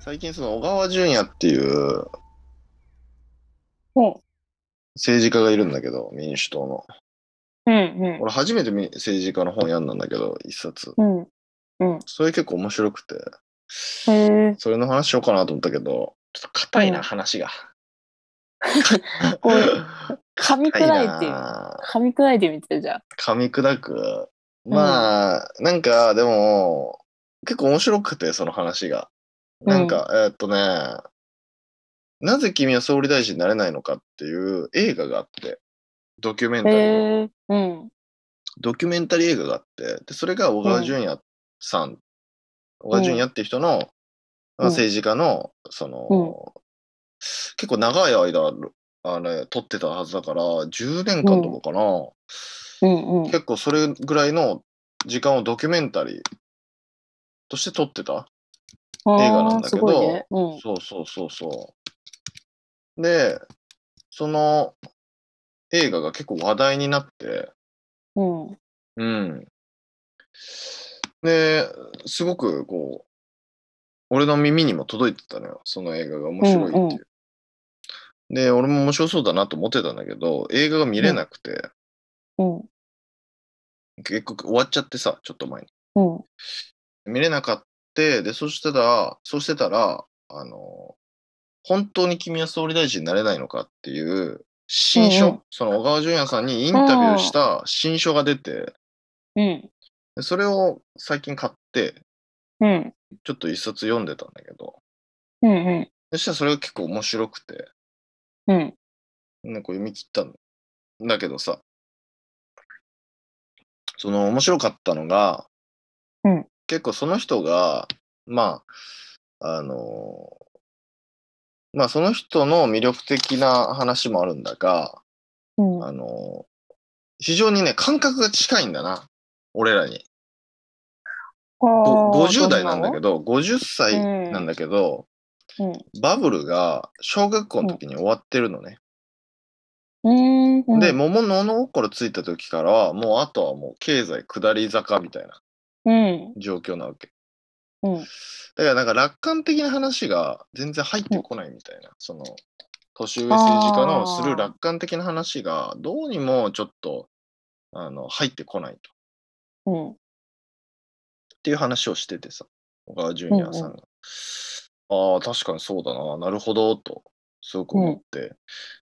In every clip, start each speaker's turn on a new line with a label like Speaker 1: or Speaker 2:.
Speaker 1: 最近その小川淳也っていう
Speaker 2: ほ
Speaker 1: 政治家がいるんだけど、民主党の。
Speaker 2: う。うん
Speaker 1: 俺初めてみ政治家の本読んだんだけど、一冊。
Speaker 2: うん。うん。
Speaker 1: それ結構面白くて、
Speaker 2: へえ。
Speaker 1: それの話しようかなと思ったけど、ちょっと硬いな、
Speaker 2: うん
Speaker 1: 話が。
Speaker 2: こう、噛み砕
Speaker 1: 硬い
Speaker 2: いて、
Speaker 1: な
Speaker 2: 噛み砕いてみて、じゃあ。
Speaker 1: 噛み砕く。まあ、なんかでも、結構面白くて、その話が。なんか、えーっとね、なぜ君は総理大臣になれないのかっていう映画があって、ドキュメンタリーの。
Speaker 2: へえ。うん。
Speaker 1: ドキュメンタリー映画があって、でそれが小川淳也さん、小川淳也っていう人の、まあ
Speaker 2: うん
Speaker 1: 政治家の、その、
Speaker 2: う
Speaker 1: 結構長い間、あれ、撮ってたはずだから、10年間とかかな、
Speaker 2: うんうん。
Speaker 1: 結構それぐらいの時間をドキュメンタリーとして撮ってた。映画なんだけど
Speaker 2: あーすごいね。うん。
Speaker 1: そうそうそうそう。で、その映画が結構話題になって、
Speaker 2: うん。
Speaker 1: うん。で、すごくこう、俺の耳にも届いてたのよ、その映画が面白いっていう。
Speaker 2: うんう
Speaker 1: で、俺も面白そうだなと思ってたんだけど、映画が見れなくて、
Speaker 2: うん。
Speaker 1: 結局終わっちゃってさ、ちょっと前に。
Speaker 2: うん。
Speaker 1: 見れなかった、で、そしてたら、そうしてたら、あの、本当に君は総理大臣になれないのかっていう新書、
Speaker 2: うんうん
Speaker 1: その小川淳也さんにインタビューした新書が出て、
Speaker 2: うん。
Speaker 1: でそれを最近買って、
Speaker 2: うん。
Speaker 1: ちょっと一冊読んでたんだけど、
Speaker 2: うん。うん。
Speaker 1: そしたらそれが結構面白くて、
Speaker 2: うん。
Speaker 1: なんか読み切ったんだけどさ、その面白かったのが、
Speaker 2: うん
Speaker 1: 結構その人が、まあ、あの、まあその人の魅力的な話もあるんだが、
Speaker 2: うん。
Speaker 1: あの、非常にね、感覚が近いんだな、俺らに。ご50代なんだけ
Speaker 2: ど。
Speaker 1: ど、50歳なんだけど、
Speaker 2: うん。
Speaker 1: バブルが小学校の時に終わってるのね。
Speaker 2: うん。うん
Speaker 1: で、、もう物心ついた時からは、もうあとはもう経済下り坂みたいな
Speaker 2: うん。
Speaker 1: 状況なわけ。
Speaker 2: うん。
Speaker 1: だからなんか楽観的な話が全然入ってこないみたいな、その年上
Speaker 2: あー
Speaker 1: 政治家のする楽観的な話がどうにもちょっとあの入ってこないと
Speaker 2: うん。
Speaker 1: っていう話をしててさ、小川淳也さんが。ああ、確かにそうだな、なるほど、と、すごく思って。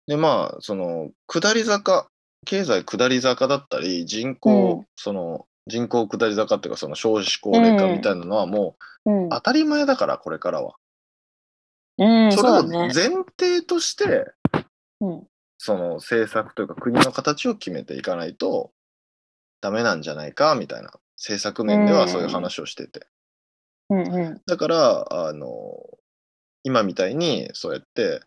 Speaker 1: で、まあ、その、下り坂、経済下り坂だったり、人口、
Speaker 2: うん
Speaker 1: その、人口下り坂っていうか、その少子高齢化みたいなのはも
Speaker 2: うん
Speaker 1: う。当たり前だから、これからは。
Speaker 2: うん。
Speaker 1: それ
Speaker 2: そ
Speaker 1: を
Speaker 2: うだ
Speaker 1: 前
Speaker 2: ね。
Speaker 1: 提として、
Speaker 2: うん。
Speaker 1: その政策というか国の形を決めていかないとダメなんじゃないか、みたいな、政策面ではそういう話をしてて。
Speaker 2: うん。うん。
Speaker 1: だから、あの、今みたいに、そうやって、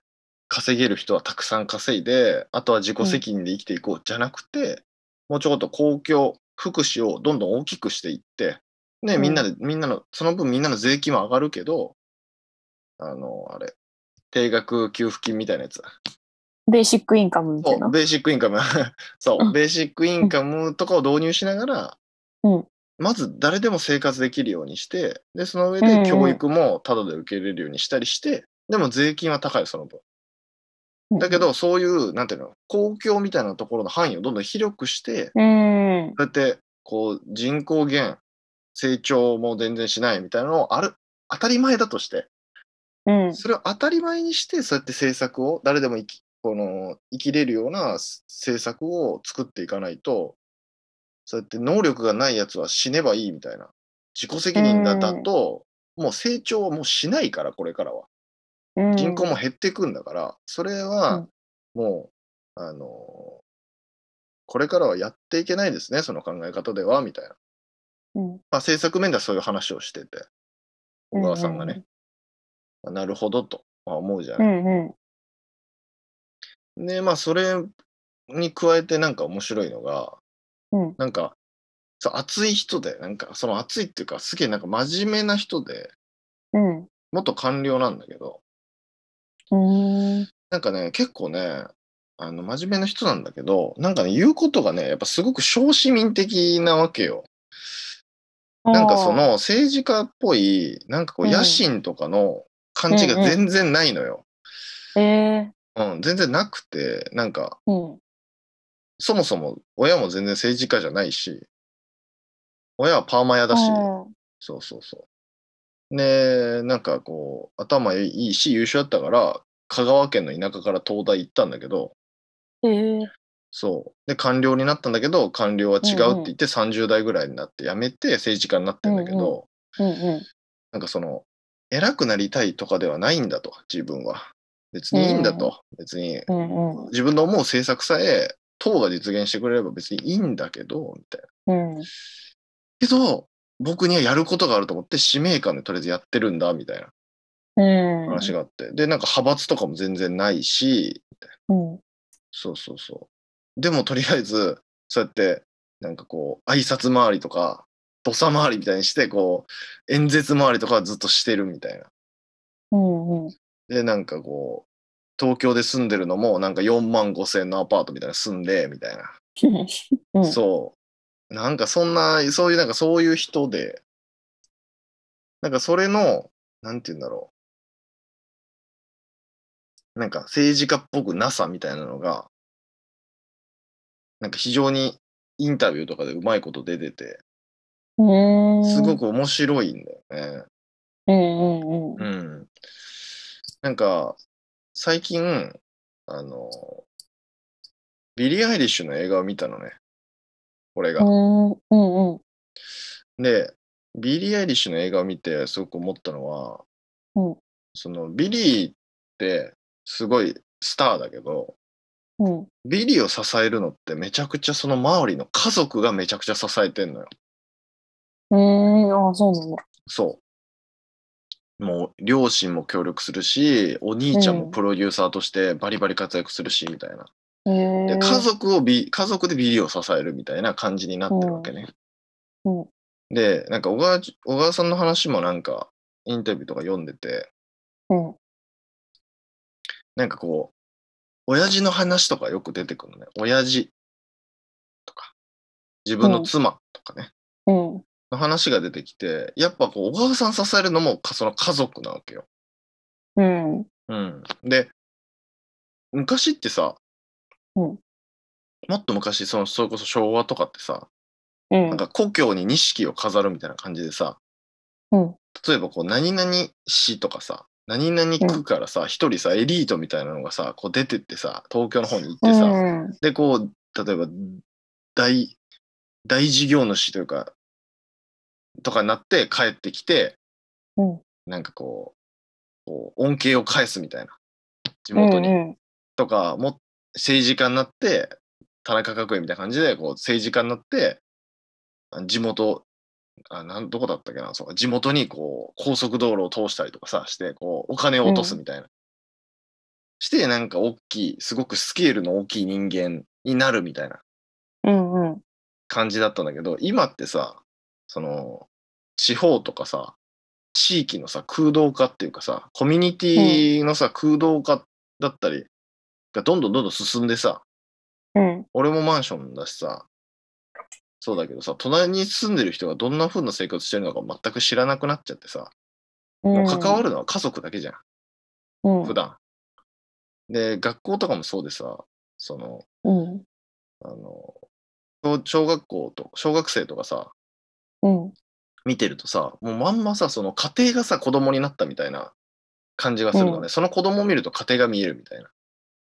Speaker 1: 稼げる人はたくさん稼いで、あとは自己責任で生きていこうじゃなくて、もうちょっと公共、福祉をどんどん大きくしていって、ね、
Speaker 2: うん
Speaker 1: みんなで、みんなの、その分みんなの税金は上がるけど、あの、あれ、定額給付金みたいなやつ。
Speaker 2: ベーシックインカムみた
Speaker 1: そ
Speaker 2: いな
Speaker 1: う、。ベーシックインカム。 そうう、
Speaker 2: ん
Speaker 1: ベーシックインカムとかを導入しながら、
Speaker 2: うん
Speaker 1: まず誰でも生活できるようにして、で、その上
Speaker 2: うんう
Speaker 1: で
Speaker 2: ん
Speaker 1: 教育もタダで受け入れるようにしたりして、でも税金は高い、その分。だけど、そういう、なんていうの、公共みたいなところの範囲をどんどん広くして、
Speaker 2: うん。うん。
Speaker 1: そうやって、こう、人口減、成長も全然しないみたいなのをある、当たり前だとして、
Speaker 2: うん。
Speaker 1: それを当たり前にして、そうやって政策を、誰でも生きこの生きれるような政策を作っていかないと、そうやって能力がないやつは死ねばいいみたいな、自己責任だ
Speaker 2: うん
Speaker 1: だと、もう成長はもうしないから、これからは。
Speaker 2: うん
Speaker 1: 人口も減っていくんだから、それ
Speaker 2: う
Speaker 1: は
Speaker 2: ん
Speaker 1: もう、あのーこれからはやっていけないですね、その考え方では、みたいな。
Speaker 2: うん
Speaker 1: まあ、政策面ではそういう話をしてて、小川さんがね、まあなるほどと、まあ、思うじゃない
Speaker 2: うんうん
Speaker 1: で、まあ、それに加えてなんか面白いのが、
Speaker 2: うん
Speaker 1: なんか、そう熱い人で、なんか、その熱いっていうか、すげえなんか真面目な人で、
Speaker 2: うん
Speaker 1: 元官僚なんだけど、
Speaker 2: うんうん
Speaker 1: なんかね、結構ね、あの、真面目な人なんだけど、なんかね、言うことがね、やっぱすごく小市民的なわけよ。なんかその政治家っぽい、なんかこう、
Speaker 2: うん
Speaker 1: 野心とかの感じが全然ないのよ。
Speaker 2: え
Speaker 1: うん、全然なくて、なんか、
Speaker 2: ー、うん。
Speaker 1: そもそも親も全然政治家じゃないし、親はパーマ屋だし、
Speaker 2: うん
Speaker 1: そうそうそう。ねなんかこう、頭いいし優秀だったから、香川県の田舎から東大行ったんだけど、
Speaker 2: えー、
Speaker 1: そう。で、官僚になったんだけど、官僚は違うって言って30代ぐらいになって辞めて政治家になってんだけど、
Speaker 2: うんうんうん。
Speaker 1: なんかその、偉くなりたいとかではないんだと、自分は。別にいいんだと。別に、
Speaker 2: うんうん
Speaker 1: 自分の思う政策さえ、党が実現してくれれば別にいいんだけど、みたいな。
Speaker 2: うん。
Speaker 1: けど、僕にはやることがあると思って、使命感でとりあえずやってるんだ、みたいな
Speaker 2: うん。
Speaker 1: 話があって。で、なんか派閥とかも全然ないし、
Speaker 2: うん。
Speaker 1: そうそうそう。でもとりあえず、そうやって、なんかこう、挨拶回りとか、土佐回りみたいにして、こう、演説回りとかはずっとしてるみたいな。
Speaker 2: うんうん。
Speaker 1: で、なんかこう、東京で住んでるのも、なんか4万5千のアパートみたいなの住んで、みたいな。
Speaker 2: うん
Speaker 1: そう。なんかそんな、そういう、なんかそういう人で、なんかそれの、なんて言うんだろう。なんか政治家っぽくなさみたいなのが、なんか非常にインタビューとかでうまいこと出てて、
Speaker 2: うん。
Speaker 1: すごく面白いんだよね。
Speaker 2: うんうんうん。
Speaker 1: うん。なんか、最近、あの、ビリー・アイリッシュの映画を見たのね。俺が。
Speaker 2: うんうんうん。
Speaker 1: で、ビリー・アイリッシュの映画を見てすごく思ったのは、
Speaker 2: うん
Speaker 1: そのビリーってすごいスターだけど、
Speaker 2: うん。
Speaker 1: ビリーを支えるのってめちゃくちゃその周りの家族がめちゃくちゃ支えてんのよ。
Speaker 2: うん。あ、そうなんだ。
Speaker 1: そう。もう両親も協力するし、お兄ちゃんもプロデューサーとしてバリバリ活躍するし、みたいな。
Speaker 2: え
Speaker 1: で
Speaker 2: ー、
Speaker 1: 家族をビ家族でビリーを支えるみたいな感じになってるわけね。
Speaker 2: うんうん
Speaker 1: でなんか小川じ小川さんの話もなんかインタビューとか読んでて
Speaker 2: うん。
Speaker 1: なんかこう親父の話とかよく出てくるのね親父とか自分の妻とかね、
Speaker 2: うん。
Speaker 1: の話が出てきてやっぱこう小川さん支えるのもかその家族なわけよ。
Speaker 2: うん。
Speaker 1: うん、で昔ってさ、
Speaker 2: うん
Speaker 1: もっと昔そのそれこそ昭和とかってさ
Speaker 2: うん。
Speaker 1: なんか故郷に錦を飾るみたいな感じでさ、
Speaker 2: うん
Speaker 1: 例えばこう何々市とかさ、何々区からさ、一、人さ、エリートみたいなのがさ、こう出てってさ、東京の方に行ってさ、
Speaker 2: うん
Speaker 1: で、こう、例えば大、大事業主というか、とかになって帰ってきて、
Speaker 2: うん
Speaker 1: なんかこう、こう恩恵を返すみたいな、地元に。
Speaker 2: うん
Speaker 1: とかも政治家になって田中角栄みたいな感じでこう政治家になってあ地元あなんどこだったっけなそうか地元にこう高速道路を通したりとかさしてこうお金を落とすみたいな、してなんか大きいすごくスケールの大きい人間になるみたいな
Speaker 2: うんうんうん
Speaker 1: 感じだったんだけど今ってさその地方とかさ地域のさ空洞化っていうかさコミュニティのさ空洞化だったりがどんどんどんどん進んでさ
Speaker 2: うん
Speaker 1: 俺もマンションだしさそうだけどさ隣に住んでる人がどんな風な生活してるのか全く知らなくなっちゃってさ、
Speaker 2: うん。
Speaker 1: 関わるのは家族だけじゃん
Speaker 2: うん
Speaker 1: 普段、で学校とかもそうでさその
Speaker 2: うん
Speaker 1: あの小小学校と小学生とかさ
Speaker 2: うん
Speaker 1: 見てるとさもうまんまさその家庭がさ子供になったみたいな感じがするのね、
Speaker 2: う
Speaker 1: その子供を見ると家庭が見えるみたいな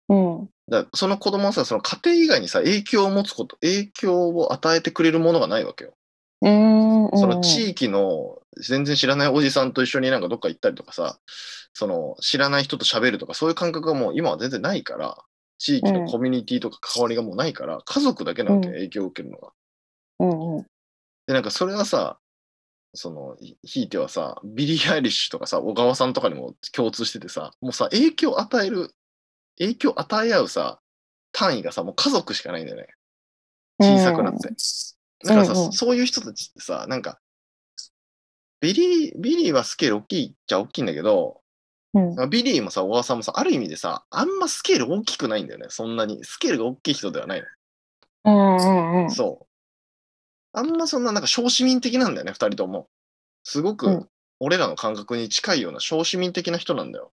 Speaker 2: うん
Speaker 1: だからその子供はさその家庭以外にさ影響を持つこと影響を与えてくれるものがないわけよ
Speaker 2: うん
Speaker 1: その地域の全然知らないおじさんと一緒になんかどっか行ったりとかさ、その知らない人と喋るとかそういう感覚がもう今は全然ないから、地域のコミュニティとか関わりがもうないから、家族だけなわけ、
Speaker 2: うん
Speaker 1: 影響を受けるのが。
Speaker 2: うんうん
Speaker 1: で、なんかそれはさ、その、ひひいてはさ、ビリー・アイリッシュとかさ、小川さんとかにも共通しててさ、もうさ、影響を与える、影響を与え合うさ、単位がさ、もう家族しかないんだよね。小さくなって。だからさ、
Speaker 2: うんうん
Speaker 1: そういう人たちってさ、なんか、ビリー、ビリーはスケール大きいっちゃ大きいんだけど、
Speaker 2: うん
Speaker 1: ビリーもさ、小川さんもさ、ある意味でさ、あんまスケール大きくないんだよね。そんなに。スケールが大きい人ではないの。
Speaker 2: うんうんうん
Speaker 1: そう。あんまそんな、なんか、小市民的なんだよね、二人とも。すご
Speaker 2: う
Speaker 1: く
Speaker 2: ん、
Speaker 1: 俺らの感覚に近いような小市民的な人なんだよ。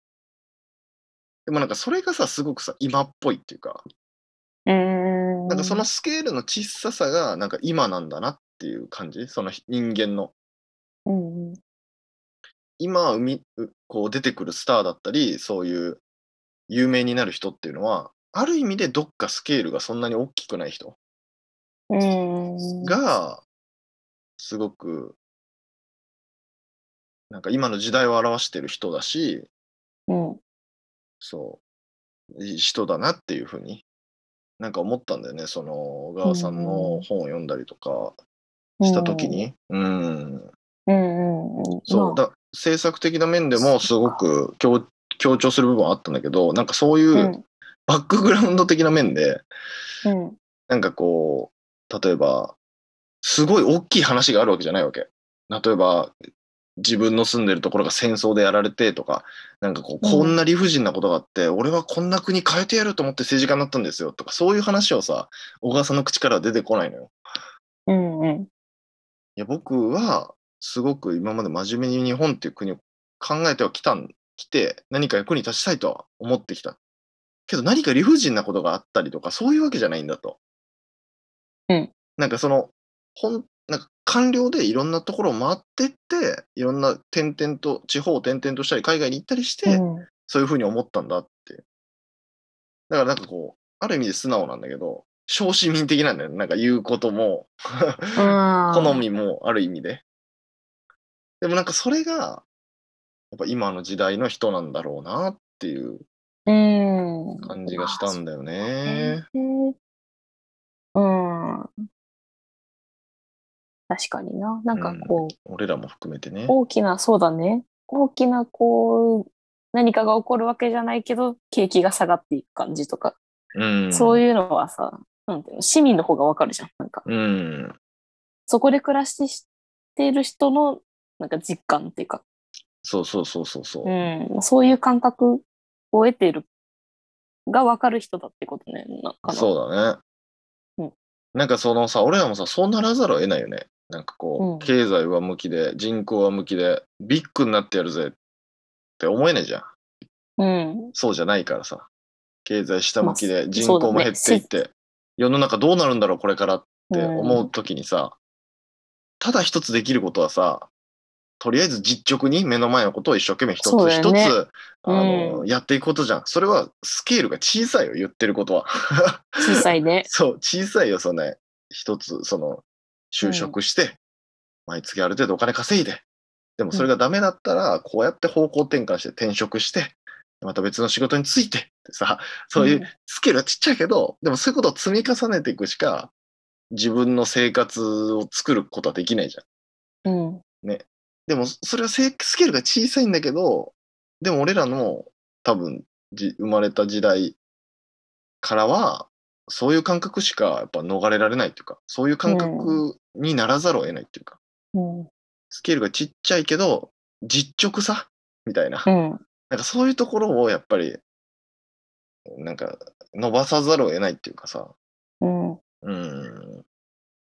Speaker 1: でもなんかそれがさ、すごくさ、今っぽいっていうか、
Speaker 2: うん。
Speaker 1: なんかそのスケールの小ささが、なんか今なんだなっていう感じ、その人間の。
Speaker 2: うんうん。
Speaker 1: 今生みうこう出てくるスターだったりそういう有名になる人っていうのはある意味でどっかスケールがそんなに大きくない人
Speaker 2: うん。
Speaker 1: がすごくなんか今の時代を表してる人だし
Speaker 2: うん。
Speaker 1: そういい人だなっていうふうになんか思ったんだよねその小川さんの本を読んだりとかした時にうん
Speaker 2: うんうんうん。
Speaker 1: そう、
Speaker 2: まあ
Speaker 1: だ制作的な面でもすごく強強調する部分はあったんだけどなんかそういう、
Speaker 2: うん。
Speaker 1: バックグラウンド的な面で、
Speaker 2: うん。
Speaker 1: なんかこう、例えば、すごい大きい話があるわけじゃないわけ。例えば、自分の住んでるところが戦争でやられてとか、なんかこう、
Speaker 2: うん
Speaker 1: こんな理不尽なことがあって、俺はこんな国変えてやると思って政治家になったんですよとか、そういう話をさ、小川さんの口からは出てこないのよ。
Speaker 2: うんうん。
Speaker 1: いや、僕は、すごく今まで真面目に日本っていう国を考えてはきたん、来て、何か役に立ちたいとは思ってきた。けど、何か理不尽なことがあったりとか、そういうわけじゃないんだと。
Speaker 2: うん。
Speaker 1: なんかその、ほん、なんか官僚でいろんなところを回ってって、いろんな点々と、地方を転々としたり、海外に行ったりして、
Speaker 2: うん
Speaker 1: そういうふうに思ったんだって。だからなんかこう、ある意味で素直なんだけど、小市民的なんだよね。なんか言うことも、好。みもある意味で。でもなんかそれが、やっぱ今の時代の人なんだろうなっていう
Speaker 2: うん。
Speaker 1: 感じがしたんだよね。
Speaker 2: うん。確かにな。なんかこう、
Speaker 1: 俺らも含めてね。
Speaker 2: 大きな、そうだね。大きな、こう、何かが起こるわけじゃないけど、景気が下がっていく感じとか、
Speaker 1: うん。
Speaker 2: そう
Speaker 1: いう。
Speaker 2: いうのはさ、なんていうの、市民の方がわかるじゃん。なんか、
Speaker 1: うん。
Speaker 2: そこで暮らしてしてる人の、なんか実感っていうか、
Speaker 1: そうそうそうそうそう。
Speaker 2: うん、そういう感覚を得てるがわかる人だってことね。なんかな
Speaker 1: そうだね。
Speaker 2: うん
Speaker 1: なんかそのさ、俺らもさ、そうならざるを得ないよね。なんかこう、
Speaker 2: うん
Speaker 1: 経済上向きで、人口上向きで、ビッグになってやるぜって思えないじゃん。
Speaker 2: うん。
Speaker 1: そうじゃないからさ。経済下向き
Speaker 2: まあ
Speaker 1: で
Speaker 2: そ
Speaker 1: 人口も
Speaker 2: そうだね
Speaker 1: 減っていって、世の中どうなるんだろう、これからって思うときにさ、ただ一つできることはさ、とりあえず実直に目の前のことを一生懸命一
Speaker 2: そう
Speaker 1: つ
Speaker 2: だ
Speaker 1: 一
Speaker 2: よ
Speaker 1: つ、
Speaker 2: ね
Speaker 1: あの
Speaker 2: う
Speaker 1: やっていくことじゃん。それはスケールが小さいよ、言ってることは。
Speaker 2: 小さい ね。
Speaker 1: そう、小さいよ、そのね、一つ、その、就職して、毎月ある程度お金稼いで、でもそれがダメだったら、こうやって方向転換して転職して、また別の仕事についてってさ、そういううんスキルはちっちゃいけど、でもそういうことを積み重ねていくしか、自分の生活を作ることはできないじゃん。
Speaker 2: うん。
Speaker 1: でも、それはせスケールが小さいんだけど、でも俺らの多分じ生まれた時代からは、そういう感覚しかやっぱ逃れられないっていうか、そういう感覚にならざるを得ないっていうか、
Speaker 2: うん。
Speaker 1: スケールがちっちゃいけど、実直さみたいな
Speaker 2: う、ん。
Speaker 1: なんかそういうところをやっぱり、なんか伸ばさざるを得ないっていうかさ、
Speaker 2: うん。
Speaker 1: うん、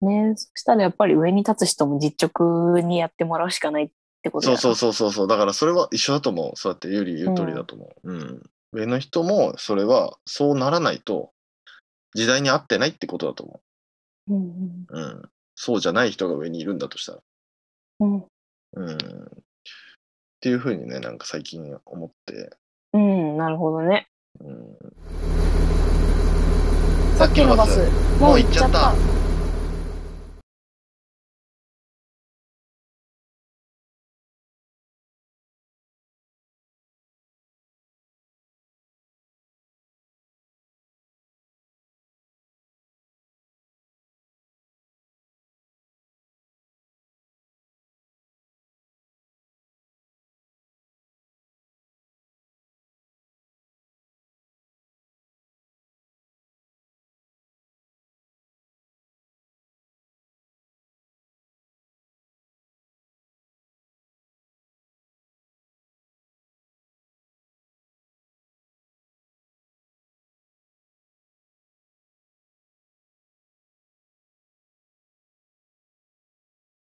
Speaker 2: ねそしたらやっぱり上に立つ人も実直にやってもらうしかないってこと
Speaker 1: そう
Speaker 2: だ
Speaker 1: そうそうそうそう、だからそれは一緒だと思う、そうやってゆり言う通りだと思う。うん、上の人もそれはそうならないと、時代に合ってないってことだと思
Speaker 2: う。うん。
Speaker 1: う。うん、そうじゃない人が上にいるんだとしたら。
Speaker 2: うん。
Speaker 1: うん、っていうふうにね、なんか最近思って、
Speaker 2: うん。なるほどね。
Speaker 1: うん、
Speaker 2: さっきのバス、もう行っちゃった。